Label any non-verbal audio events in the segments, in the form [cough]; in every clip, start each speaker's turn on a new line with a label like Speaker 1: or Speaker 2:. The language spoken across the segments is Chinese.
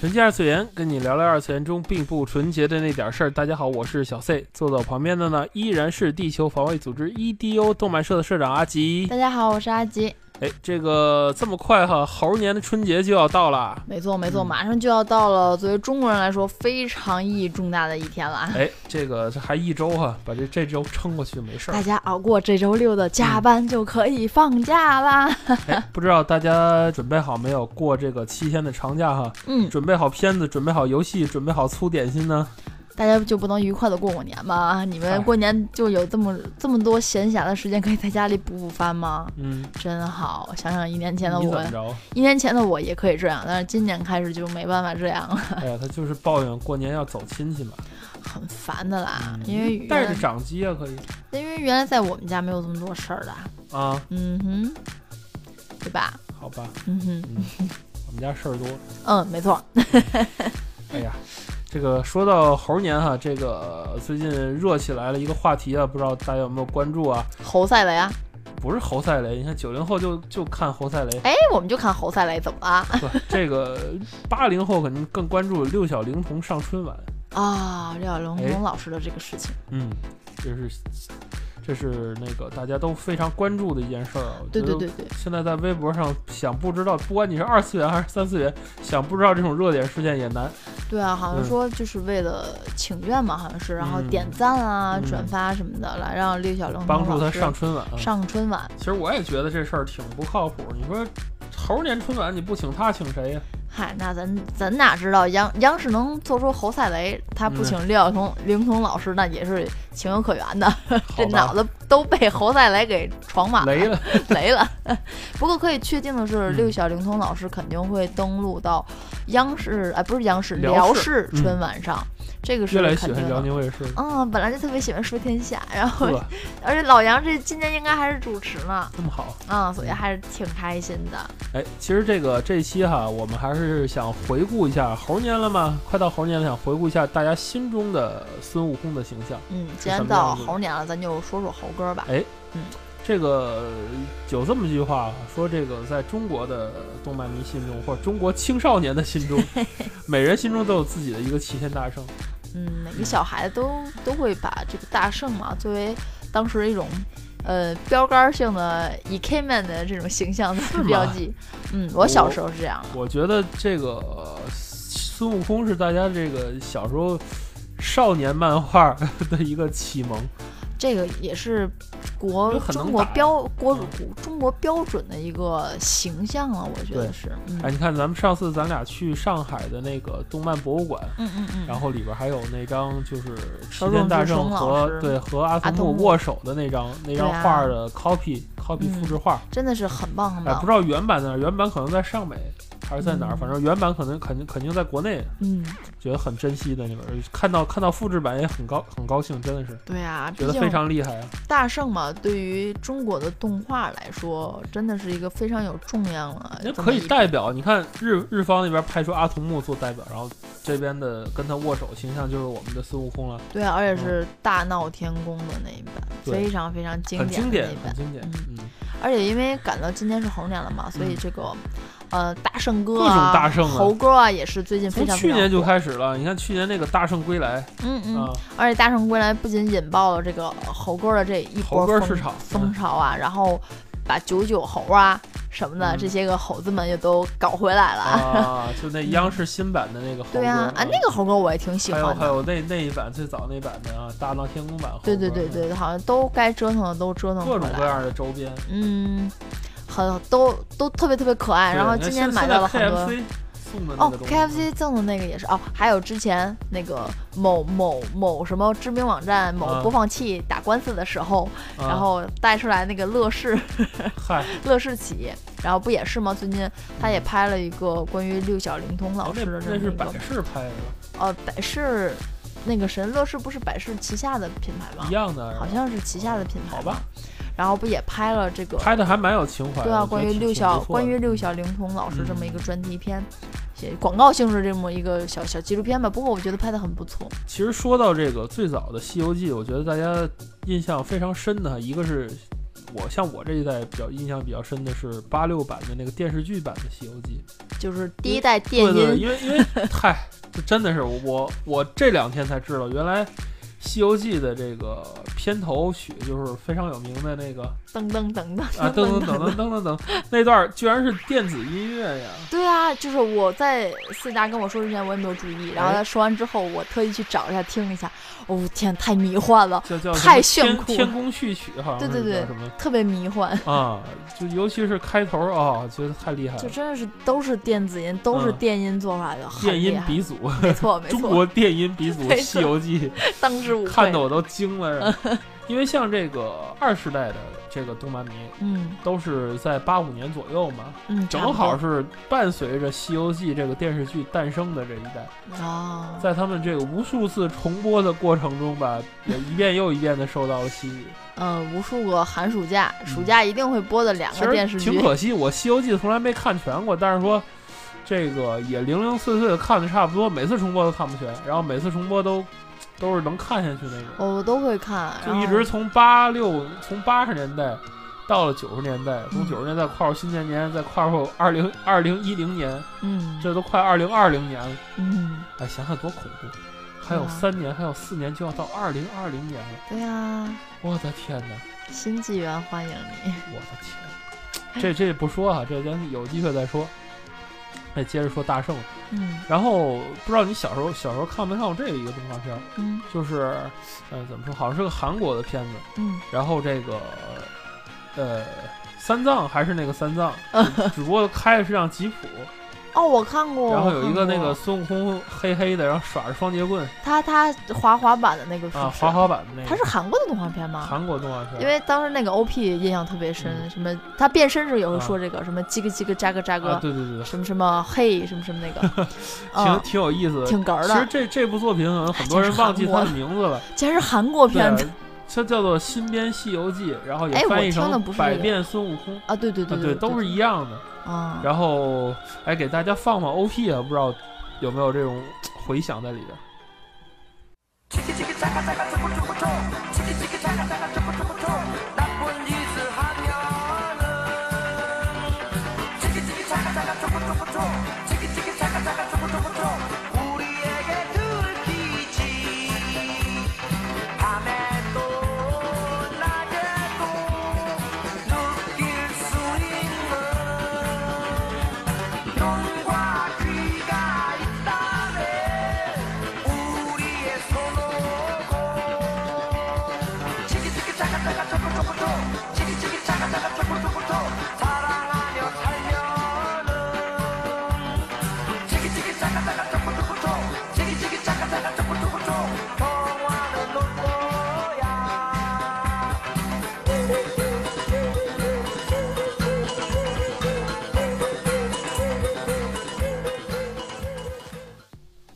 Speaker 1: 纯洁二次元，跟你聊聊二次元中并不纯洁的那点事儿。大家好，我是小 C，坐在我旁边的呢依然是地球防卫组织 EDO 动漫社的社长阿吉。
Speaker 2: 大家好，我是阿吉。
Speaker 1: 哎，这个这么快哈，猴年的春节就要到了。
Speaker 2: 没错，没错，马上就要到了，作为中国人来说非常意义重大的一天了。啊！
Speaker 1: 哎，这个这还一周哈、把这这周撑过去没事儿
Speaker 2: 大。家熬过这周六的加班，就可以放假啦。
Speaker 1: 哎，不知道大家准备好没有过这个七天的长假哈？
Speaker 2: 嗯，
Speaker 1: 准备好片子，准备好游戏，准备好粗点心呢？
Speaker 2: 大家就不能愉快的过过年吗？你
Speaker 1: 哎
Speaker 2: 们过年就有这么这么多闲暇的时间，可以在家里补补番吗？
Speaker 1: 嗯，
Speaker 2: 真好，想想一年前的
Speaker 1: 你
Speaker 2: 我
Speaker 1: 怎么，着？
Speaker 2: 一年前的我也可以这样，但是今年开始就没办法这样了， [laughs]
Speaker 1: 哎呀，他就是抱怨过年要走亲戚嘛，
Speaker 2: 很烦的啦
Speaker 1: 嗯。
Speaker 2: 因为原
Speaker 1: 带着掌机啊可以
Speaker 2: 因为原来在我们家没有这么多事儿的，
Speaker 1: 啊，
Speaker 2: 嗯哼，对吧？
Speaker 1: 好吧，
Speaker 2: 嗯哼，
Speaker 1: 我们家事儿多。
Speaker 2: 嗯，没错，
Speaker 1: 哎呀，这个说到猴年哈，这个呃最近热起来了一个话题啊，不知道大家有没有关注啊？
Speaker 2: 侯赛雷啊，
Speaker 1: 不是侯赛雷，你看九零后就就看侯赛
Speaker 2: [laughs]
Speaker 1: 雷，
Speaker 2: 哎，我们就看侯赛雷怎么了
Speaker 1: 不，这个八零后可能更关注六小龄童上春晚。
Speaker 2: 啊？廖龙
Speaker 1: 哎
Speaker 2: 龙老师的这个事情，
Speaker 1: 嗯，这是这是那个大家都非常关注的一件事儿啊。我
Speaker 2: 对
Speaker 1: 觉得
Speaker 2: 对对对，
Speaker 1: 现在在微博上想不知道，不管你是二次元还是三次元，想不知道这种热点事件也难。
Speaker 2: 对啊，好
Speaker 1: 嗯
Speaker 2: 像说就是为了请愿嘛，好像是，然后
Speaker 1: 嗯
Speaker 2: 点赞啊、
Speaker 1: 嗯
Speaker 2: 转发什么的，来让六小龙
Speaker 1: 帮助
Speaker 2: 龙老
Speaker 1: 他
Speaker 2: 师
Speaker 1: 上春晚啊。
Speaker 2: 上春晚。
Speaker 1: 其实我也觉得这事儿挺不靠谱。你说猴年春晚你不请他，请
Speaker 2: [laughs]
Speaker 1: 谁呀、
Speaker 2: 嗨，那咱咱哪知道央央视能做出侯赛雷，他
Speaker 1: 嗯
Speaker 2: 不请六小龙玲童老师，那也是情有可原的。
Speaker 1: 好
Speaker 2: 这脑
Speaker 1: 吧，
Speaker 2: 子都被侯赛雷给闯满
Speaker 1: 雷了。
Speaker 2: [laughs] 雷了。不过可以确定的是，
Speaker 1: 嗯
Speaker 2: 六小龄童老师肯定会登陆到央视，哎，不是央视，
Speaker 1: 辽
Speaker 2: 辽
Speaker 1: 视
Speaker 2: 视
Speaker 1: 嗯
Speaker 2: 春晚上，这个
Speaker 1: 越
Speaker 2: 是
Speaker 1: 来越喜
Speaker 2: 肯
Speaker 1: 欢
Speaker 2: 定
Speaker 1: 辽
Speaker 2: 的。哦
Speaker 1: 宁卫视了，
Speaker 2: 嗯，本来就特别喜欢说天下，然后
Speaker 1: 对吧？
Speaker 2: 而且老杨这今年应该还是主持呢，
Speaker 1: 这么好。
Speaker 2: 嗯，所以还是挺开心的。
Speaker 1: 哎，其实这个这期哈，我们还是想回顾一下猴年了嘛，快到猴年了，想回顾一下大家心中的孙悟空的形象。
Speaker 2: 嗯，
Speaker 1: 是
Speaker 2: 既
Speaker 1: 什
Speaker 2: 然
Speaker 1: 么
Speaker 2: 到
Speaker 1: 样子
Speaker 2: 猴年了，咱就说说猴哥吧
Speaker 1: 哎。这个有这么句话说，这个在中国的动漫迷心中，或者中国青少年的心
Speaker 2: [laughs]
Speaker 1: 中，每人心中都有自己的一个齐天大圣。
Speaker 2: 嗯，每个小孩子都都会把这个大圣嘛作为当时一种呃标杆性的 E K man 的这种形象
Speaker 1: 是
Speaker 2: 的
Speaker 1: 吗
Speaker 2: 标记。嗯，我小时候是这样的。
Speaker 1: 我觉得这个呃孙悟空是大家这个小时候少年漫画的一个启蒙。
Speaker 2: 这个也是
Speaker 1: 就
Speaker 2: 国
Speaker 1: 很能
Speaker 2: 中国
Speaker 1: 打嗯
Speaker 2: 标国主中国标准的一个形象了，我觉
Speaker 1: 对
Speaker 2: 得是。嗯
Speaker 1: 哎，你看咱们上次咱俩去上海的那个动漫博物馆，
Speaker 2: 嗯嗯嗯。
Speaker 1: 然后里边还有那张就是齐
Speaker 2: 手
Speaker 1: 天
Speaker 2: 冢
Speaker 1: 大
Speaker 2: 治
Speaker 1: 圣
Speaker 2: 虫老
Speaker 1: 和
Speaker 2: 师
Speaker 1: 对和阿童
Speaker 2: 阿童
Speaker 1: 木
Speaker 2: 木
Speaker 1: 握手的那张那张
Speaker 2: 对啊
Speaker 1: 画儿的 copy copy
Speaker 2: 嗯
Speaker 1: 复制画。
Speaker 2: 真的是很棒很
Speaker 1: 哎，不知道
Speaker 2: 棒。
Speaker 1: 原版在哪儿，原版可能在上美还是在哪儿，
Speaker 2: 嗯
Speaker 1: 反正原版可能肯定肯定在国内，
Speaker 2: 嗯，
Speaker 1: 觉得很珍惜的那边儿，看到看到复制版也很高很高兴，真的是
Speaker 2: 对啊，
Speaker 1: 觉得
Speaker 2: 毕
Speaker 1: 非
Speaker 2: 竟哎
Speaker 1: 常厉害啊。
Speaker 2: 大圣嘛，对于中国的动画来说，真的是一个非常有重量了。
Speaker 1: 那
Speaker 2: 这
Speaker 1: 可
Speaker 2: 么
Speaker 1: 以
Speaker 2: 一
Speaker 1: 代表，你看日日方那边派出阿童木做代表，然后这边的跟他握手形象就是我们的孙悟空了，
Speaker 2: 对啊，而
Speaker 1: 嗯
Speaker 2: 且是大闹天宫的那一版，
Speaker 1: 对
Speaker 2: 非常非常经
Speaker 1: 很经
Speaker 2: 典的
Speaker 1: 典很
Speaker 2: 那一，版。
Speaker 1: 经典，嗯，
Speaker 2: 而且因为赶到今天是猴年了嘛，所以这个，呃，大圣
Speaker 1: 各
Speaker 2: 哥
Speaker 1: 种
Speaker 2: 啊，
Speaker 1: 大圣啊
Speaker 2: 猴哥啊，也是最近非
Speaker 1: 从
Speaker 2: 常
Speaker 1: 去年就
Speaker 2: 非常火
Speaker 1: 开始了，你看去年那个大圣归来
Speaker 2: 嗯嗯，
Speaker 1: 啊，
Speaker 2: 而且大圣归来不仅引爆了这个猴哥的这一
Speaker 1: 猴
Speaker 2: 波
Speaker 1: 哥
Speaker 2: 风
Speaker 1: 市场，嗯
Speaker 2: 风潮啊，然后把九九猴啊什么的、
Speaker 1: 嗯
Speaker 2: 这些个猴子们又都搞回来了。
Speaker 1: 啊，就那央视新版的那个猴哥
Speaker 2: 对啊，啊，那个猴哥我也挺喜
Speaker 1: 还有
Speaker 2: 欢
Speaker 1: 还
Speaker 2: 的。
Speaker 1: 有那那一版最早那版的啊，《大闹天宫》版，猴
Speaker 2: 对对
Speaker 1: 哥
Speaker 2: 对
Speaker 1: 嗯，
Speaker 2: 对，好像都该折腾的都折腾
Speaker 1: 各
Speaker 2: 回
Speaker 1: 种
Speaker 2: 来
Speaker 1: 各
Speaker 2: 了。
Speaker 1: 样的周边。
Speaker 2: 嗯，很都都特别特别可爱。啊然后今天买到了很多
Speaker 1: KFC 送的那
Speaker 2: 哦
Speaker 1: 个东西嗯
Speaker 2: ，KFC 赠的那个也是哦，还有之前那个某某某什么知名网站
Speaker 1: 啊
Speaker 2: 某播放器打官司的时候，
Speaker 1: 啊
Speaker 2: 然后带出来那个乐视
Speaker 1: 嗨，
Speaker 2: 乐视企业，然后不也是吗？最近他也拍了一个关于六小龄童老
Speaker 1: 哦那
Speaker 2: 师的这
Speaker 1: 那
Speaker 2: 么一
Speaker 1: 是
Speaker 2: 个
Speaker 1: 百，事拍的，
Speaker 2: 哦，百事，那个神乐视不是百事旗下的品牌吗
Speaker 1: 一？样的，
Speaker 2: 好像是旗下的品牌。
Speaker 1: 好吧，，
Speaker 2: 然后不也拍了这个？
Speaker 1: 拍的还蛮有情怀的。
Speaker 2: 对啊，
Speaker 1: 我觉得
Speaker 2: 关于
Speaker 1: 挺
Speaker 2: 六
Speaker 1: 挺
Speaker 2: 小
Speaker 1: 不错
Speaker 2: 关
Speaker 1: 的嗯
Speaker 2: 于六小龄童老师这么一个专题片，写广告性质这么一个小小纪录片吧。不过我觉得拍的很不错。
Speaker 1: 其实说到这个最早的《西游记》，我觉得大家印象非常深的，一个是我像我这一代比较印象比较深的是八六版的那个电视剧版的《西游记
Speaker 2: 就是第一代》。电
Speaker 1: 对对，
Speaker 2: 音，
Speaker 1: 因为因为嗨，这真的是我我我这两天才知道，原来《西游记》的这个片头曲就是非常有名的那个
Speaker 2: 噔噔噔噔
Speaker 1: 啊噔噔噔噔噔噔噔那段儿居然是电子音乐呀！
Speaker 2: 对啊，就是我在四大跟我说之前，我也没有注意。然后
Speaker 1: 哎
Speaker 2: 他说完之后，我特意去找一下听了一下，哦天，太迷
Speaker 1: [laughs]
Speaker 2: 幻了，
Speaker 1: 叫叫什么
Speaker 2: 太炫
Speaker 1: 天
Speaker 2: 酷了
Speaker 1: 天宫序曲好像
Speaker 2: 对
Speaker 1: 是
Speaker 2: 对对
Speaker 1: 叫什么
Speaker 2: 特别迷幻，
Speaker 1: 啊？就尤其是开头啊、觉得太厉害了
Speaker 2: 就。真的是都是电子音，都是
Speaker 1: 嗯
Speaker 2: 电音做法的，很
Speaker 1: 电
Speaker 2: 厉
Speaker 1: 音
Speaker 2: 害
Speaker 1: 鼻祖，
Speaker 2: 没错没
Speaker 1: 中
Speaker 2: 错，
Speaker 1: 国电音鼻祖
Speaker 2: 没
Speaker 1: 《
Speaker 2: 错
Speaker 1: 西游记
Speaker 2: 当之无》，愧。
Speaker 1: 看得我都惊了。
Speaker 2: [laughs]
Speaker 1: 因为像这个二世代的这个动漫迷，
Speaker 2: 嗯
Speaker 1: 都是在八五年左右嘛，
Speaker 2: 嗯，
Speaker 1: 正好是伴随着《西游记》这个电视剧诞生的这一代，
Speaker 2: 啊，
Speaker 1: 在他们这个无数次重播的过程中吧，也一遍又一遍的受到了吸引。
Speaker 2: 嗯、无数个寒暑假，
Speaker 1: 嗯
Speaker 2: 暑假一定会播的两
Speaker 1: 其
Speaker 2: 个电
Speaker 1: 实
Speaker 2: 视
Speaker 1: 挺
Speaker 2: 剧，
Speaker 1: 可惜，我《西游记》从来没看全过，但是说这个也零零碎碎的看的差不多，每次重播都看不全，然后每次重播都都是能看下去那种。
Speaker 2: 我都会看，
Speaker 1: 就
Speaker 2: 然
Speaker 1: 一
Speaker 2: 后
Speaker 1: 直从八六从八十年代到了九十年代，从
Speaker 2: 嗯
Speaker 1: 九十年代跨入新千年，再跨入二零二零一零年，
Speaker 2: 嗯
Speaker 1: 这都快二零二零年了，
Speaker 2: 嗯，
Speaker 1: 哎，想想多恐怖！还有
Speaker 2: 对啊
Speaker 1: 三年，还有四年就要到二零二零年了，
Speaker 2: 对呀、
Speaker 1: 我的天哪，
Speaker 2: 新纪元欢迎你，
Speaker 1: 我的天！
Speaker 2: [laughs]
Speaker 1: 这这不说啊，这咱有机会再说。哎，接着说大圣，
Speaker 2: 嗯
Speaker 1: 然后不知道你小时候小时候看没看过这个一个动画片儿，
Speaker 2: 嗯
Speaker 1: 就是，嗯、怎么说，好像是个韩国的片子，
Speaker 2: 嗯
Speaker 1: 然后这个，呃，三藏还是那个三藏，
Speaker 2: [laughs]
Speaker 1: 只不过开的是辆吉普，
Speaker 2: 哦，我看过，
Speaker 1: 然后
Speaker 2: 我
Speaker 1: 有
Speaker 2: 看
Speaker 1: 一个那
Speaker 2: 过
Speaker 1: 个孙悟空黑黑的，然后耍着双截棍
Speaker 2: 他他滑滑板的那个是
Speaker 1: 啊，
Speaker 2: 不是
Speaker 1: 滑，滑板的那
Speaker 2: 他
Speaker 1: 个，
Speaker 2: 是韩国的动画片吗？
Speaker 1: 韩国动画片，
Speaker 2: 因为当时那个 OP 印象特别深，
Speaker 1: 嗯
Speaker 2: 什么他变身时候也会
Speaker 1: 啊
Speaker 2: 说这个、什么叽个叽个扎个扎
Speaker 1: 啊，
Speaker 2: 个，
Speaker 1: 对对对，对
Speaker 2: 什么什么嘿什么什么那
Speaker 1: [laughs]
Speaker 2: 个，
Speaker 1: 挺
Speaker 2: 啊，
Speaker 1: 挺有意思的。
Speaker 2: 挺哏儿
Speaker 1: 其实
Speaker 2: 的，哎
Speaker 1: 这这部作品可能很多人忘记它的名字
Speaker 2: [laughs]
Speaker 1: 了，
Speaker 2: 竟然是韩国
Speaker 1: 对啊
Speaker 2: 片子，
Speaker 1: 它叫做《新编西游记》，然后也
Speaker 2: 哎我
Speaker 1: 翻译
Speaker 2: 听的
Speaker 1: 成
Speaker 2: 不
Speaker 1: 《
Speaker 2: 是
Speaker 1: 百
Speaker 2: 这个
Speaker 1: 变孙悟空》。
Speaker 2: 啊，对对
Speaker 1: 啊，
Speaker 2: 对
Speaker 1: 对，都是一样的。
Speaker 2: 啊，
Speaker 1: 然后，哎，给大家放放 OP 啊，不知道有没有这种回响在里边。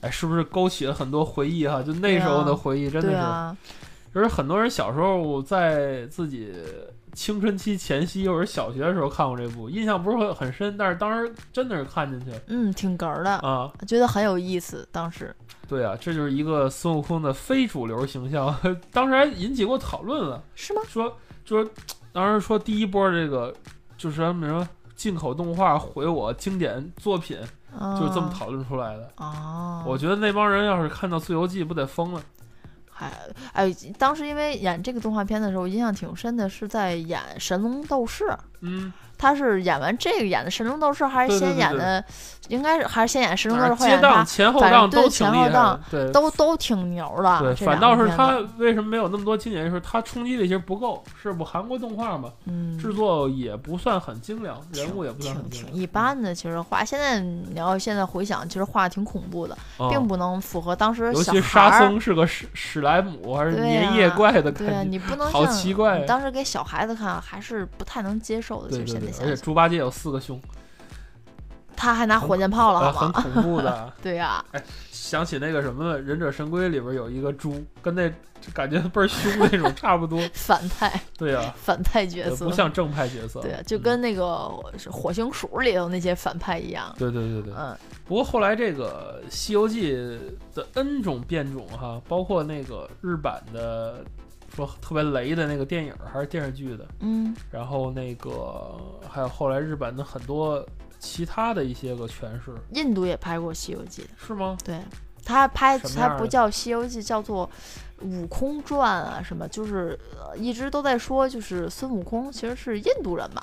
Speaker 1: 哎，是不是勾起了很多回忆哈、就那时候的回忆，真的
Speaker 2: 对
Speaker 1: 是。
Speaker 2: 啊，
Speaker 1: 就是很多人小时候在自己青春期前夕，或者小学的时候看过这部，印象不是很很深，但是当时真的是看进去了
Speaker 2: 嗯，挺哏儿的，
Speaker 1: 啊。
Speaker 2: 觉得很有意思，当时，
Speaker 1: 对啊，这就是一个孙悟空的非主流形象， [laughs] 当时还引起过讨论了，
Speaker 2: 是吗？
Speaker 1: 说说当时说第一波这个就是什么什么进口动画毁我经典作品，
Speaker 2: 啊、
Speaker 1: 就是这么讨论出来的。
Speaker 2: 啊，
Speaker 1: 我觉得那帮人要是看到《西游记》，不得疯了。
Speaker 2: 还哎，当时因为演这个动画片的时候，我印象挺深的，是在演《神龙斗士》，啊
Speaker 1: 嗯，
Speaker 2: 他是演完这个演的《神龙斗士》，还是
Speaker 1: 对对
Speaker 2: 先
Speaker 1: 对
Speaker 2: 演
Speaker 1: 对
Speaker 2: 的，应该是还是先演《神龙
Speaker 1: 反
Speaker 2: 斗士
Speaker 1: 正》
Speaker 2: 后
Speaker 1: 接
Speaker 2: 演
Speaker 1: 档
Speaker 2: 他，
Speaker 1: 前后
Speaker 2: 反正
Speaker 1: 档都
Speaker 2: 对
Speaker 1: 挺
Speaker 2: 前
Speaker 1: 厉
Speaker 2: 后
Speaker 1: 害的
Speaker 2: 档，
Speaker 1: 对，
Speaker 2: 都都挺牛的。
Speaker 1: 对，
Speaker 2: 这
Speaker 1: 反
Speaker 2: 两
Speaker 1: 倒
Speaker 2: 部
Speaker 1: 是
Speaker 2: 片
Speaker 1: 他
Speaker 2: 子，
Speaker 1: 为什么没有那么多经典？就是他冲击力其实不够，是不韩国动画嘛，
Speaker 2: 嗯，
Speaker 1: 制作也不算很精良，人
Speaker 2: 挺
Speaker 1: 物也不算
Speaker 2: 挺
Speaker 1: 很精
Speaker 2: 挺
Speaker 1: 良，
Speaker 2: 一般的。其实画现在你要现在回想，其实画挺恐怖的，
Speaker 1: 嗯，
Speaker 2: 并不能符合当时
Speaker 1: 尤
Speaker 2: 小
Speaker 1: 其
Speaker 2: 孩
Speaker 1: 沙
Speaker 2: 儿。
Speaker 1: 僧是个史史莱姆还是
Speaker 2: 对
Speaker 1: 粘
Speaker 2: 呀
Speaker 1: 液怪的
Speaker 2: 对啊，
Speaker 1: 感觉，
Speaker 2: 你不能
Speaker 1: 好
Speaker 2: 像
Speaker 1: 奇怪
Speaker 2: 你当时给小孩子看还是不太能接受的。
Speaker 1: 对
Speaker 2: 其实
Speaker 1: 对
Speaker 2: 现的
Speaker 1: 而
Speaker 2: 想
Speaker 1: 且
Speaker 2: 象。
Speaker 1: 猪八戒有四个胸，
Speaker 2: 他还拿火箭炮了，
Speaker 1: 呃，
Speaker 2: 好
Speaker 1: 很
Speaker 2: 吗？
Speaker 1: 恐
Speaker 2: [laughs]
Speaker 1: 怖的。
Speaker 2: 对啊呀、
Speaker 1: 想起那个什么《忍者神龟》里边有一个猪，跟那就感觉倍儿凶那种差不多。
Speaker 2: 反派
Speaker 1: 对呀、
Speaker 2: 反派角
Speaker 1: 呃
Speaker 2: 色
Speaker 1: 不，像嗯正派角色。
Speaker 2: 对啊，就跟那个是火星鼠里头那些反派一样。
Speaker 1: 对对对对。
Speaker 2: 嗯，
Speaker 1: 不过后来这个《西游记》的 N 种变种哈，包括那个日版的说特别雷的那个电影儿还是电视剧的，
Speaker 2: 嗯，
Speaker 1: 然后那个还有后来日本的很多其他的一些个诠释，
Speaker 2: 印度也拍过《西游记》的，
Speaker 1: 是吗？
Speaker 2: 对他拍
Speaker 1: 什么
Speaker 2: 他
Speaker 1: 样
Speaker 2: 不
Speaker 1: 的
Speaker 2: 叫《西游记》，叫做《悟空传》啊，什么就是、呃一直都在说，就是孙悟空其实是印度人嘛，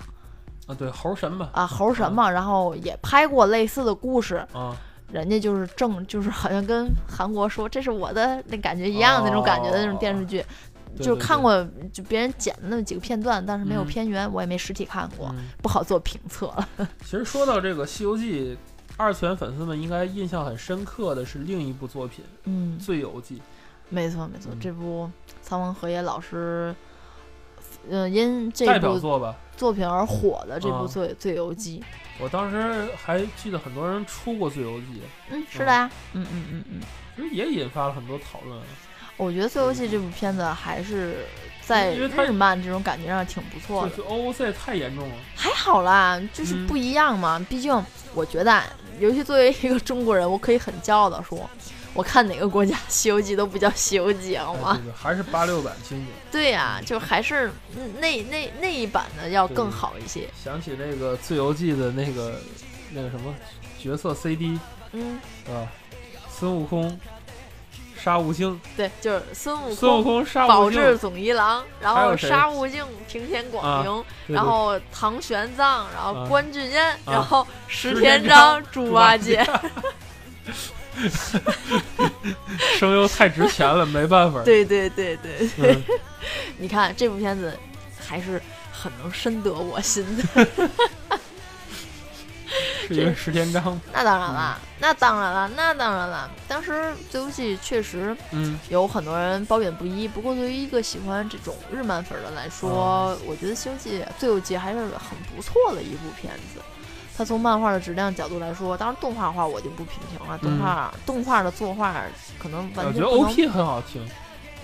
Speaker 1: 啊，对，猴神嘛，
Speaker 2: 啊猴神
Speaker 1: 嗯
Speaker 2: 嘛，然后也拍过类似的故事，
Speaker 1: 啊，
Speaker 2: 人家就是正 [laughs] 就是好像跟韩国说这是我的那感觉一样的那种感觉的那种电视剧，
Speaker 1: 哦对
Speaker 2: 就是
Speaker 1: 对
Speaker 2: 看
Speaker 1: 对
Speaker 2: 过就别人剪的那么几个片段，但是没有
Speaker 1: 嗯
Speaker 2: 片源，我也没实体看过，
Speaker 1: 嗯
Speaker 2: 不好做评测了。
Speaker 1: 其实说到这个《西游记》，二次元粉丝们应该印象很深刻的是另一部作品
Speaker 2: 嗯
Speaker 1: 《醉游记》。
Speaker 2: 没错没错，
Speaker 1: 嗯
Speaker 2: 这部仓王和也老师，呃，因
Speaker 1: 代
Speaker 2: 这
Speaker 1: 表
Speaker 2: 部
Speaker 1: 作吧。
Speaker 2: 作品而火的这
Speaker 1: 啊
Speaker 2: 部最《最游记》。
Speaker 1: 我当时还记得很多人出过《醉游记
Speaker 2: 嗯，是的呀。嗯嗯嗯嗯，》，
Speaker 1: 其实也引发了很多讨论。啊
Speaker 2: 我觉得《最游记》这部片子还是在
Speaker 1: 因为它
Speaker 2: 日漫这种感觉上挺不错
Speaker 1: 就
Speaker 2: 的，
Speaker 1: 是 OOC 太严重了，
Speaker 2: 还好啦，就是
Speaker 1: 嗯
Speaker 2: 不一样嘛。毕竟我觉得啊，尤其作为一个中国人，我可以很骄傲的说。我看哪个国家《西游记》都不叫《西游记》，好啊
Speaker 1: 哎
Speaker 2: 吗？
Speaker 1: 对对，还是八六版经典。
Speaker 2: 对呀、就还是嗯那那那一版的要
Speaker 1: 对
Speaker 2: 更
Speaker 1: 对对
Speaker 2: 好一些。
Speaker 1: 想起那个《醉游记》的那个那个什么角色 CD
Speaker 2: 嗯，
Speaker 1: 啊，孙悟空杀悟净，
Speaker 2: 对，就是孙悟
Speaker 1: 孙悟
Speaker 2: 空、
Speaker 1: 空杀
Speaker 2: 宝
Speaker 1: 悟净，
Speaker 2: 智总一郎，然
Speaker 1: 还
Speaker 2: 后
Speaker 1: 有谁啊
Speaker 2: 沙悟净、平田广明，
Speaker 1: 对对
Speaker 2: 然后唐玄奘，然后
Speaker 1: 啊
Speaker 2: 关智坚，然后石
Speaker 1: 石
Speaker 2: 田
Speaker 1: 田章
Speaker 2: 章、猪
Speaker 1: 猪八
Speaker 2: 八戒。
Speaker 1: 声优太值钱了，没办法。
Speaker 2: [laughs] 对对对对，
Speaker 1: 嗯，
Speaker 2: [laughs] 你看这部片子还是很能深得我心的。 [laughs]
Speaker 1: 是一个石田章。
Speaker 2: 那当然啦，那当然啦，那当然啦。当时《最游记》确实
Speaker 1: 嗯，
Speaker 2: 有很多人褒贬不一，不过对于一个喜欢这种日漫粉儿的来说，
Speaker 1: 哦
Speaker 2: 我觉得《西游记》《最游记》还是很不错的一部片子。它从漫画的质量角度来说，当然动画化我就不评评了，动画、动画的作画可能
Speaker 1: 嗯我
Speaker 2: 完
Speaker 1: 觉得
Speaker 2: 全不呃能，
Speaker 1: OP 很好听，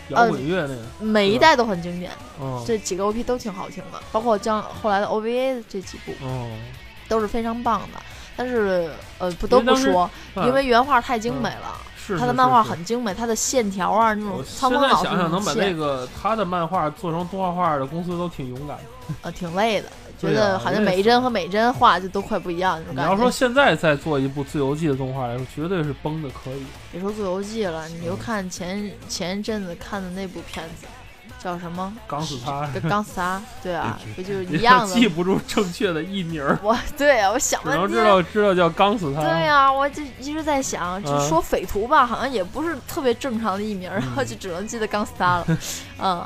Speaker 1: 摇滚乐那个。
Speaker 2: 每一代都很经典，
Speaker 1: 嗯
Speaker 2: 这几个 OP 都挺好听的，包括将后来的 OVA 的这几部
Speaker 1: 嗯，
Speaker 2: 都是非常棒的。但是呃，不得不说，因为原画太精美了，
Speaker 1: 嗯是
Speaker 2: 它的漫画。很精美，它的线条啊那种
Speaker 1: 我
Speaker 2: 苍
Speaker 1: 现
Speaker 2: 穹
Speaker 1: 在
Speaker 2: 老师
Speaker 1: 想
Speaker 2: 那
Speaker 1: 想，能
Speaker 2: 种
Speaker 1: 把
Speaker 2: 线
Speaker 1: 那个他的漫画做成动画画的公司都挺勇敢的。
Speaker 2: 呃，挺累的，觉
Speaker 1: 对啊
Speaker 2: 得好像每一帧和每一帧画就都快不一样那种
Speaker 1: 你
Speaker 2: 感觉。
Speaker 1: 要说现在再做一部《自由记》的动画来说，绝对是崩的可以。
Speaker 2: 别说《做游记》了，你就
Speaker 1: 嗯
Speaker 2: 看前前一阵子看的那部片子，叫什么
Speaker 1: 刚死他， [laughs]
Speaker 2: 《钢丝啊》？对啊，不就是
Speaker 1: 也
Speaker 2: 一
Speaker 1: [laughs]
Speaker 2: 样
Speaker 1: 记
Speaker 2: 的？
Speaker 1: 不住正确的译名儿，
Speaker 2: [laughs] 我对啊，我想
Speaker 1: 只
Speaker 2: 半
Speaker 1: 能知
Speaker 2: 天。
Speaker 1: 道知道叫刚死他。
Speaker 2: 对啊，我就一直在想，就
Speaker 1: 嗯
Speaker 2: 说匪徒吧，好像也不是特别正常的艺名，然后
Speaker 1: 嗯
Speaker 2: 就只能记得钢丝啊了，
Speaker 1: [laughs]
Speaker 2: 嗯，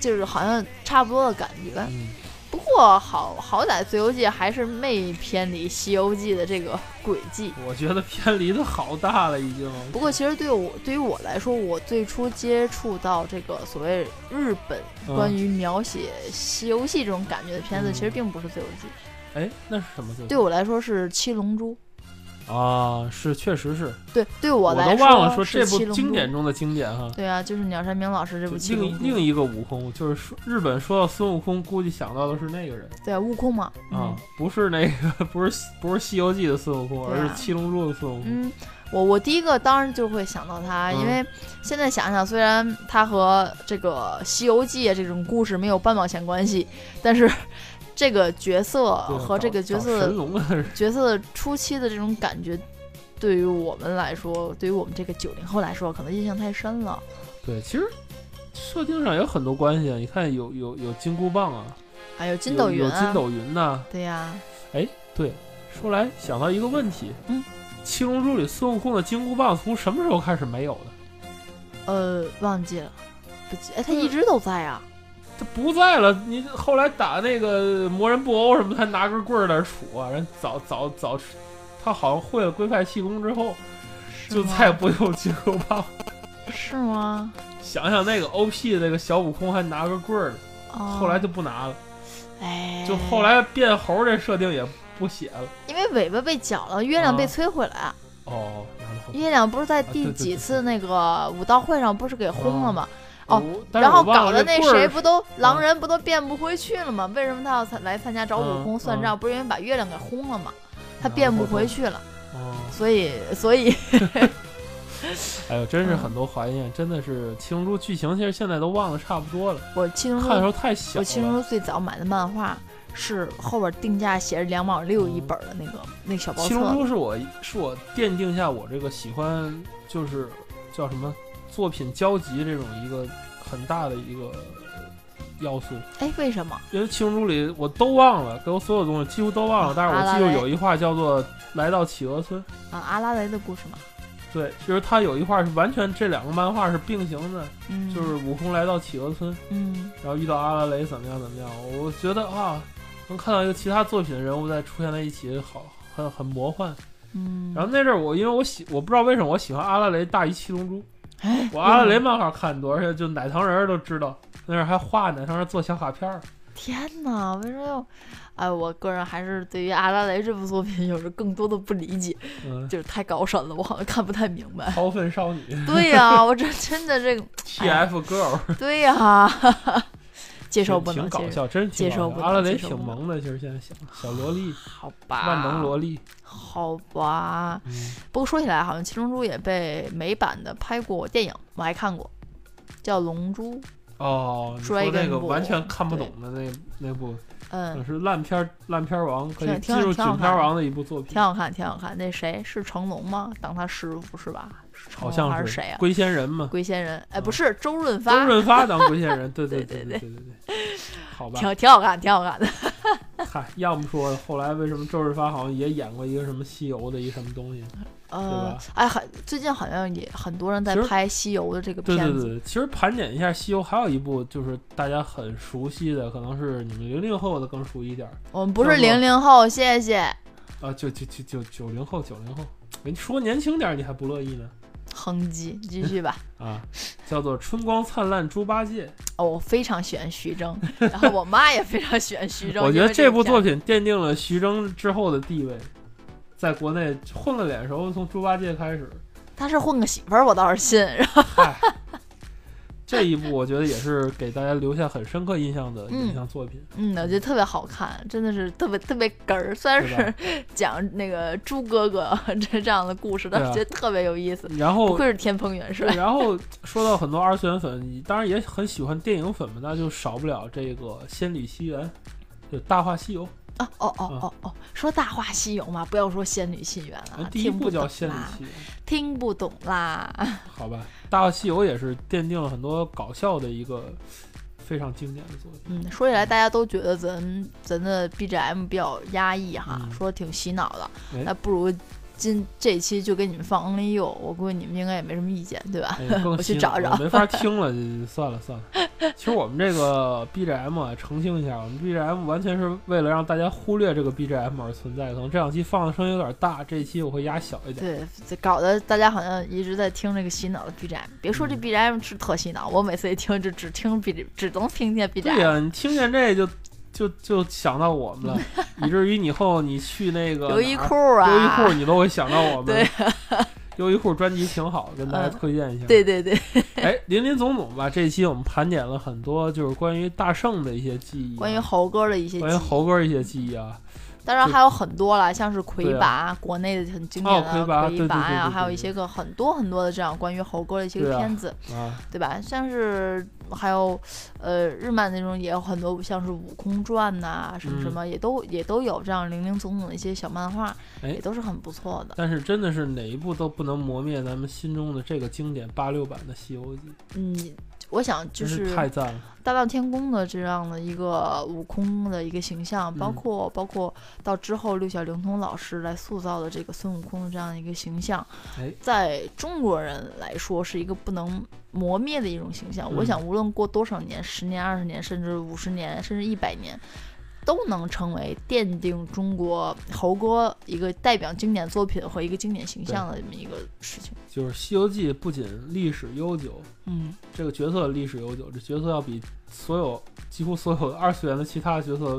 Speaker 2: 就是好像差不多的感觉。
Speaker 1: 嗯，
Speaker 2: 不过好好歹《自由记》还是没偏离《西游记》的这个轨迹，
Speaker 1: 我觉得偏离的好大了，已经。
Speaker 2: 不过，其实对我对于我来说，我最初接触到这个所谓日本
Speaker 1: 嗯
Speaker 2: 关于描写西游记这种感觉的片子，
Speaker 1: 嗯
Speaker 2: 其实并不是《自由记》，
Speaker 1: 哎，那是什么作
Speaker 2: 对
Speaker 1: 品？
Speaker 2: 我来说是《七龙珠》。
Speaker 1: 啊，是确实是，
Speaker 2: 对，对
Speaker 1: 我
Speaker 2: 来
Speaker 1: 都忘了
Speaker 2: 说
Speaker 1: 这
Speaker 2: 是
Speaker 1: 部
Speaker 2: 七龙珠
Speaker 1: 经典。中的经典哈。
Speaker 2: 对啊，就是鸟山明老师这部《七龙
Speaker 1: 另
Speaker 2: 珠》
Speaker 1: 另一个悟空，就是说日本说到孙悟空，估计想到的是那个人
Speaker 2: 对啊，悟空嘛。
Speaker 1: 啊，不是那个， [laughs] 不是不是《西游记》的孙悟空，
Speaker 2: 对啊
Speaker 1: 而是《七龙珠》的孙悟空。
Speaker 2: 嗯，嗯我我第一个当然就会想到他，
Speaker 1: 嗯
Speaker 2: 因为现在想想，虽然他和这个《西游记》啊这种故事没有半毛钱关系，但是这个角色
Speaker 1: 对
Speaker 2: 和这
Speaker 1: 找
Speaker 2: 个角
Speaker 1: 找
Speaker 2: 色
Speaker 1: 神龙啊，
Speaker 2: 角色初期的这种感觉，对于我们来说，对于我们这个九零后来说，可能印象太深了。
Speaker 1: [laughs] 对，其实设定上有很多关系啊。你看有，有有金箍棒啊，
Speaker 2: 还有筋斗云
Speaker 1: 有有
Speaker 2: 啊，
Speaker 1: 筋斗云呐、
Speaker 2: 对呀、
Speaker 1: 说来想到一个问题，
Speaker 2: 嗯，
Speaker 1: 《七龙珠》里孙悟空的金箍棒从什么时候开始没有的？
Speaker 2: 呃，忘记了，不记，
Speaker 1: 嗯
Speaker 2: 哎，他一直都在啊。
Speaker 1: 这不在了，你后来打那个魔人布欧什么，他拿根棍儿在那儿杵啊，人早早早，他好像会了龟派气功之后，
Speaker 2: 是
Speaker 1: 就
Speaker 2: 吗
Speaker 1: 再也不用金箍棒。
Speaker 2: [laughs] 是吗？
Speaker 1: 想想那个 OP 的那个小悟空还拿个棍儿呢，
Speaker 2: 哦，
Speaker 1: 后来就不拿了。
Speaker 2: 哎哎，
Speaker 1: 就后来变猴这设定也不写了。
Speaker 2: 因为尾巴被绞了，月亮被
Speaker 1: 啊
Speaker 2: 摧毁了呀。
Speaker 1: 哦，然后
Speaker 2: 月亮不是在
Speaker 1: 啊
Speaker 2: 第
Speaker 1: 对对对
Speaker 2: 几次那个武道会上不是给轰了吗？哦
Speaker 1: 哦，但是
Speaker 2: 然后
Speaker 1: 我忘
Speaker 2: 搞
Speaker 1: 了这
Speaker 2: 得那
Speaker 1: 棍儿
Speaker 2: 谁不都狼
Speaker 1: 啊
Speaker 2: 人不都变不回去了吗？为什么他要参来参加找悟空
Speaker 1: 嗯
Speaker 2: 算
Speaker 1: 嗯
Speaker 2: 账？不是因为把月亮给轰了吗？他
Speaker 1: 然
Speaker 2: 变
Speaker 1: 后
Speaker 2: 不
Speaker 1: 都
Speaker 2: 回去了，
Speaker 1: 哦，
Speaker 2: 所以
Speaker 1: [laughs]
Speaker 2: 所以
Speaker 1: 哎呦，真是
Speaker 2: 嗯
Speaker 1: 很多怀念，真的是《七龙珠》剧情，其实现在都忘得差不多了，
Speaker 2: 我七龙
Speaker 1: 看
Speaker 2: 珠
Speaker 1: 的时候太小
Speaker 2: 嗯我七
Speaker 1: 了。
Speaker 2: 龙珠最早买的漫画是后边定价写着两毛六一本的那个那个小包
Speaker 1: 七龙
Speaker 2: 册，
Speaker 1: 珠是我是我奠定下我这个喜欢就是叫什么作品交集这种一个很大的一个要素，
Speaker 2: 哎，为什么？
Speaker 1: 因为七龙珠里我都忘了，给我所有东西几乎都忘了，但是我记住有一话叫做“来到企鹅村
Speaker 2: 啊，阿拉蕾的故事嘛，”，
Speaker 1: 对，就是它有一话是完全这两个漫画是并行的，
Speaker 2: 嗯，
Speaker 1: 就是悟空来到企鹅村，
Speaker 2: 嗯，
Speaker 1: 然后遇到阿拉蕾怎么样怎么样，我觉得啊，能看到一个其他作品的人物再出现在一起，好很很魔幻。
Speaker 2: 嗯，
Speaker 1: 然后那阵儿我因为我喜我不知道为什么我喜欢阿拉蕾大于七龙珠，
Speaker 2: 哎，
Speaker 1: 我阿拉蕾
Speaker 2: 嗯
Speaker 1: 漫画看得多，而且就奶糖人儿都知道，那阵儿还画奶糖人儿做小卡片儿，
Speaker 2: 天哪，为什么要？哎，我个人还是对于阿拉蕾这部作品有着更多的不理解，
Speaker 1: 嗯，
Speaker 2: 就是太高深了，我好像看不太明
Speaker 1: [laughs]
Speaker 2: 白。
Speaker 1: 掏粪少女
Speaker 2: 对呀、我这真的这个，
Speaker 1: TF girl，
Speaker 2: 对呀、
Speaker 1: [laughs]
Speaker 2: 哈哈， [laughs] 接受不
Speaker 1: 挺
Speaker 2: 能
Speaker 1: 搞
Speaker 2: 接受，
Speaker 1: 笑，真是挺
Speaker 2: 接受
Speaker 1: 搞
Speaker 2: 不
Speaker 1: 笑。
Speaker 2: 能
Speaker 1: 阿拉蕾
Speaker 2: 接受
Speaker 1: 挺
Speaker 2: 不能啊
Speaker 1: 萌的，其实现在想小萝莉，
Speaker 2: 好吧，
Speaker 1: 万能萝莉，
Speaker 2: 好吧。
Speaker 1: 嗯，
Speaker 2: 不过说起来，好像《七龙珠》也被美版的拍过电影，我还看过，叫《龙珠》。
Speaker 1: 哦，你说
Speaker 2: Dragon
Speaker 1: 那个完
Speaker 2: Ball，
Speaker 1: 全看不
Speaker 2: 对
Speaker 1: 懂的那那部
Speaker 2: 嗯，
Speaker 1: 是烂片儿烂片儿王，可以
Speaker 2: 挺
Speaker 1: 进
Speaker 2: 挺好
Speaker 1: 入
Speaker 2: 挺好
Speaker 1: 锦片儿王的一部作品
Speaker 2: 挺，好看，挺好看。那谁是成龙吗？当他师傅是吧？是成
Speaker 1: 好
Speaker 2: 龙还
Speaker 1: 像
Speaker 2: 是谁啊？
Speaker 1: 龟仙人嘛，
Speaker 2: 龟仙人？哎，
Speaker 1: 嗯
Speaker 2: 不是周润
Speaker 1: 周
Speaker 2: 发，
Speaker 1: 润发当龟仙
Speaker 2: [laughs]
Speaker 1: 人，对对
Speaker 2: 对
Speaker 1: 对
Speaker 2: 对
Speaker 1: 对
Speaker 2: [laughs]
Speaker 1: 对对，好吧，
Speaker 2: 挺挺好看，挺好看的。
Speaker 1: 嗨，要么说后来为什么周润发好像也演过一个什么西游的一什么东西？
Speaker 2: 呃
Speaker 1: 吧，
Speaker 2: 哎，很最近好像也很多人在
Speaker 1: 其实
Speaker 2: 拍《西游》的这个
Speaker 1: 对
Speaker 2: 片
Speaker 1: 对
Speaker 2: 子。
Speaker 1: 对，其实盘点一下西游，还有一部就是大家很熟悉的，可能是你们零零后的更熟悉一点儿，
Speaker 2: 我们不
Speaker 1: 叫
Speaker 2: 是
Speaker 1: 做
Speaker 2: 零零后，谢谢。
Speaker 1: 啊，就就就就九零后九零后，跟你说年轻点儿你还不乐意呢
Speaker 2: 哼唧，你继续吧。
Speaker 1: 啊，叫做《春光灿烂猪八戒》。
Speaker 2: 哦，我非常喜欢徐峥，然后我妈也非常喜欢徐
Speaker 1: [laughs]
Speaker 2: 峥。
Speaker 1: 我觉
Speaker 2: 因
Speaker 1: 得
Speaker 2: 为
Speaker 1: 这
Speaker 2: 这
Speaker 1: 部
Speaker 2: 部
Speaker 1: 作
Speaker 2: 品，
Speaker 1: 品奠定了徐峥之后的地位，在国内混个脸熟，从猪八戒开始，
Speaker 2: 他是混个媳妇儿，我倒是信。然后
Speaker 1: 嗨，这一部我觉得也是给大家留下很深刻印象的影像作品。
Speaker 2: 嗯，我觉得特别好看，真的是特别特别哏儿。虽然
Speaker 1: 对吧
Speaker 2: 是 [laughs] 讲那个猪哥哥这这样的故事，但
Speaker 1: 对
Speaker 2: 是
Speaker 1: 啊
Speaker 2: 觉得特别有意思。
Speaker 1: 然
Speaker 2: 不
Speaker 1: 后，
Speaker 2: 愧是天蓬元帅
Speaker 1: 对，然后说到很多二次元粉，当然也很喜欢电影粉嘛，那就少不了这个《仙履奇缘》，就《大话西游》。
Speaker 2: 啊！哦哦哦哦，说《大话西游》嘛，不要说《仙女心缘》
Speaker 1: 那
Speaker 2: 了，
Speaker 1: 呃第一
Speaker 2: 听
Speaker 1: 部
Speaker 2: 不
Speaker 1: 叫
Speaker 2: 懂
Speaker 1: 《仙履
Speaker 2: 啦，
Speaker 1: 奇缘
Speaker 2: 听不懂啊啦。》，
Speaker 1: 好吧，《大话西游》也是奠定了很多搞笑的一个非常经典的作品。
Speaker 2: 嗯，说起来大家都觉得咱咱的 BGM 比较压抑哈，
Speaker 1: 嗯
Speaker 2: 说挺洗脑的
Speaker 1: 哎，
Speaker 2: 那不如今这期就给你们放 Only You，我估计你们应该也没什么意见，对吧？
Speaker 1: 哎，更
Speaker 2: 我去
Speaker 1: 新
Speaker 2: 找
Speaker 1: 了
Speaker 2: 找
Speaker 1: 我没法听了，就算了算了。其实我们这个 BGM 啊，澄清一下，我们 BGM 完全是为了让大家忽略这个 BGM 而存在的。可能这两期放的声音有点大，这一期我会压小一点。
Speaker 2: 对，这搞得大家好像一直在听这个洗脑的 BGM。别说这
Speaker 1: 嗯
Speaker 2: BGM 是特洗脑，我每次一听就只听 B，只能听见 BGM。
Speaker 1: 对呀、你听见这就就就想到我
Speaker 2: [laughs]
Speaker 1: 们了，以至于你以后你去那个
Speaker 2: 优衣
Speaker 1: 哪儿
Speaker 2: 库啊，
Speaker 1: 优衣库，你都会想到我们。
Speaker 2: 对
Speaker 1: 优衣库专辑挺好，跟大家
Speaker 2: 嗯
Speaker 1: 推荐一下。
Speaker 2: 对对对，
Speaker 1: 哎，林林总总吧，这一期我们盘点了很多就是关于大圣的一些记忆啊、
Speaker 2: 关于猴哥的一些记
Speaker 1: 关于
Speaker 2: 忆，
Speaker 1: 猴哥一些记忆啊。
Speaker 2: 当然
Speaker 1: 就
Speaker 2: 还有很多啦，像是
Speaker 1: 对
Speaker 2: 魁
Speaker 1: 啊
Speaker 2: 拔，国内的很经典
Speaker 1: 哦
Speaker 2: 的
Speaker 1: 魁拔对对对对
Speaker 2: 呀，
Speaker 1: 对
Speaker 2: 还有一
Speaker 1: 对
Speaker 2: 些个很多很多的这样关于猴哥的一些
Speaker 1: 对
Speaker 2: 个
Speaker 1: 啊
Speaker 2: 片子，
Speaker 1: 啊，
Speaker 2: 对吧？像是还有呃日漫那种也有很多，像是《悟空传》呐，什么什
Speaker 1: 嗯
Speaker 2: 么也都也都有这样零零总总的一些小漫画，
Speaker 1: 哎
Speaker 2: 也都是很不错的。
Speaker 1: 但是真的是哪一部都不能磨灭咱们心中的这个经典八六版的《西游记》，
Speaker 2: 嗯，我想就
Speaker 1: 真
Speaker 2: 是
Speaker 1: 太赞了。
Speaker 2: 大闹天宫的这样的一个悟空的一个形象，包
Speaker 1: 嗯
Speaker 2: 括、包括到之后六小龄童老师来塑造的这个孙悟空的这样一个形象，
Speaker 1: 哎
Speaker 2: 在中国人来说是一个不能磨灭的一种形象。我
Speaker 1: 嗯
Speaker 2: 想，无论过多少年，十年、二十年，甚至五十年，甚至一百年。都能成为奠定中国猴哥一个代表经典作品和一个经典形象的这么一个事情。
Speaker 1: 就是《西游记》不仅历史悠久，
Speaker 2: 嗯，
Speaker 1: 这个角色历史悠久，这角色要比所有几乎所有二次元的其他角色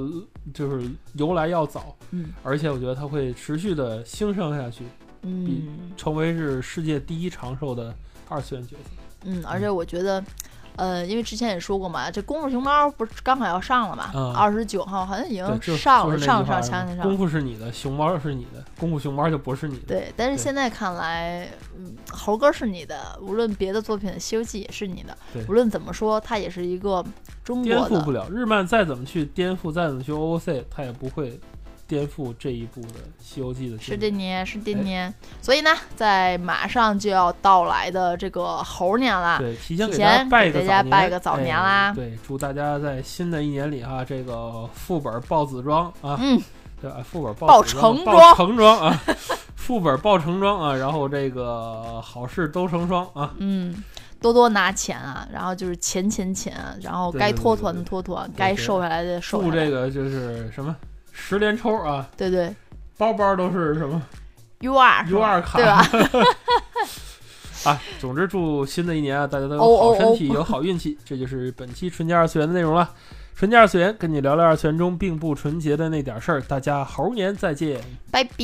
Speaker 1: 就是由来要早，
Speaker 2: 嗯，
Speaker 1: 而且我觉得它会持续的兴盛下去，
Speaker 2: 嗯
Speaker 1: 成为是世界第一长寿的二次元角色。
Speaker 2: 嗯，而且我觉得。呃，因为之前也说过嘛，这《功夫熊猫》不是刚好要上了嘛
Speaker 1: 嗯，
Speaker 2: 二十九号好像已
Speaker 1: 对，
Speaker 2: 经
Speaker 1: 就
Speaker 2: 上
Speaker 1: 就
Speaker 2: 了，
Speaker 1: 是那
Speaker 2: 上
Speaker 1: 句话
Speaker 2: 上前两天上
Speaker 1: 功
Speaker 2: 了。
Speaker 1: 夫是你的，熊猫是你的，功夫熊猫就不是你的。
Speaker 2: 对，但是
Speaker 1: 对
Speaker 2: 现在看来，嗯，猴哥是你的，无论别的作品《西游记》也是你的
Speaker 1: 对，
Speaker 2: 无论怎么说，它也是一个中
Speaker 1: 颠
Speaker 2: 国
Speaker 1: 覆
Speaker 2: 的
Speaker 1: 不了。日漫再怎么去颠覆，再怎么去 OOC，它也不会颠覆这一部的《西游记》的
Speaker 2: 是
Speaker 1: 经
Speaker 2: 这
Speaker 1: 典。
Speaker 2: 年，是这
Speaker 1: 哎
Speaker 2: 年。所以呢，在马上就要到来的这个猴年啦，
Speaker 1: 对，提前
Speaker 2: 提
Speaker 1: 给大
Speaker 2: 前
Speaker 1: 家拜
Speaker 2: 给
Speaker 1: 个
Speaker 2: 大家拜个
Speaker 1: 个
Speaker 2: 早年
Speaker 1: 哎
Speaker 2: 啦
Speaker 1: 对，祝大家在新的一年里哈，这个副本报子庄啊，
Speaker 2: 嗯，
Speaker 1: 对，副本
Speaker 2: 报
Speaker 1: 报子
Speaker 2: 成
Speaker 1: 报
Speaker 2: 庄
Speaker 1: 成庄啊， [laughs] 副本报成庄啊，然后这个好事都成双啊，
Speaker 2: 嗯，多多拿钱啊，然后就是钱钱钱啊，然后
Speaker 1: 对
Speaker 2: 该
Speaker 1: 对
Speaker 2: 脱
Speaker 1: 对
Speaker 2: 团
Speaker 1: 对
Speaker 2: 的脱团，
Speaker 1: 对
Speaker 2: 该
Speaker 1: 对
Speaker 2: 瘦下来的瘦
Speaker 1: 祝
Speaker 2: 下来
Speaker 1: 这，个就是什么十连抽啊，
Speaker 2: 对对
Speaker 1: 包包都是什么。
Speaker 2: ，U 二
Speaker 1: U 二卡
Speaker 2: 对吧？
Speaker 1: [laughs] 啊，总之祝新的一年啊，大家都有
Speaker 2: 哦
Speaker 1: 好
Speaker 2: 哦
Speaker 1: 身体，有好运气。这就是本期纯洁二次元的内容了。纯洁二次元，跟你聊聊二次元中并不纯洁的那点事儿。大家猴年再见。
Speaker 2: 拜拜。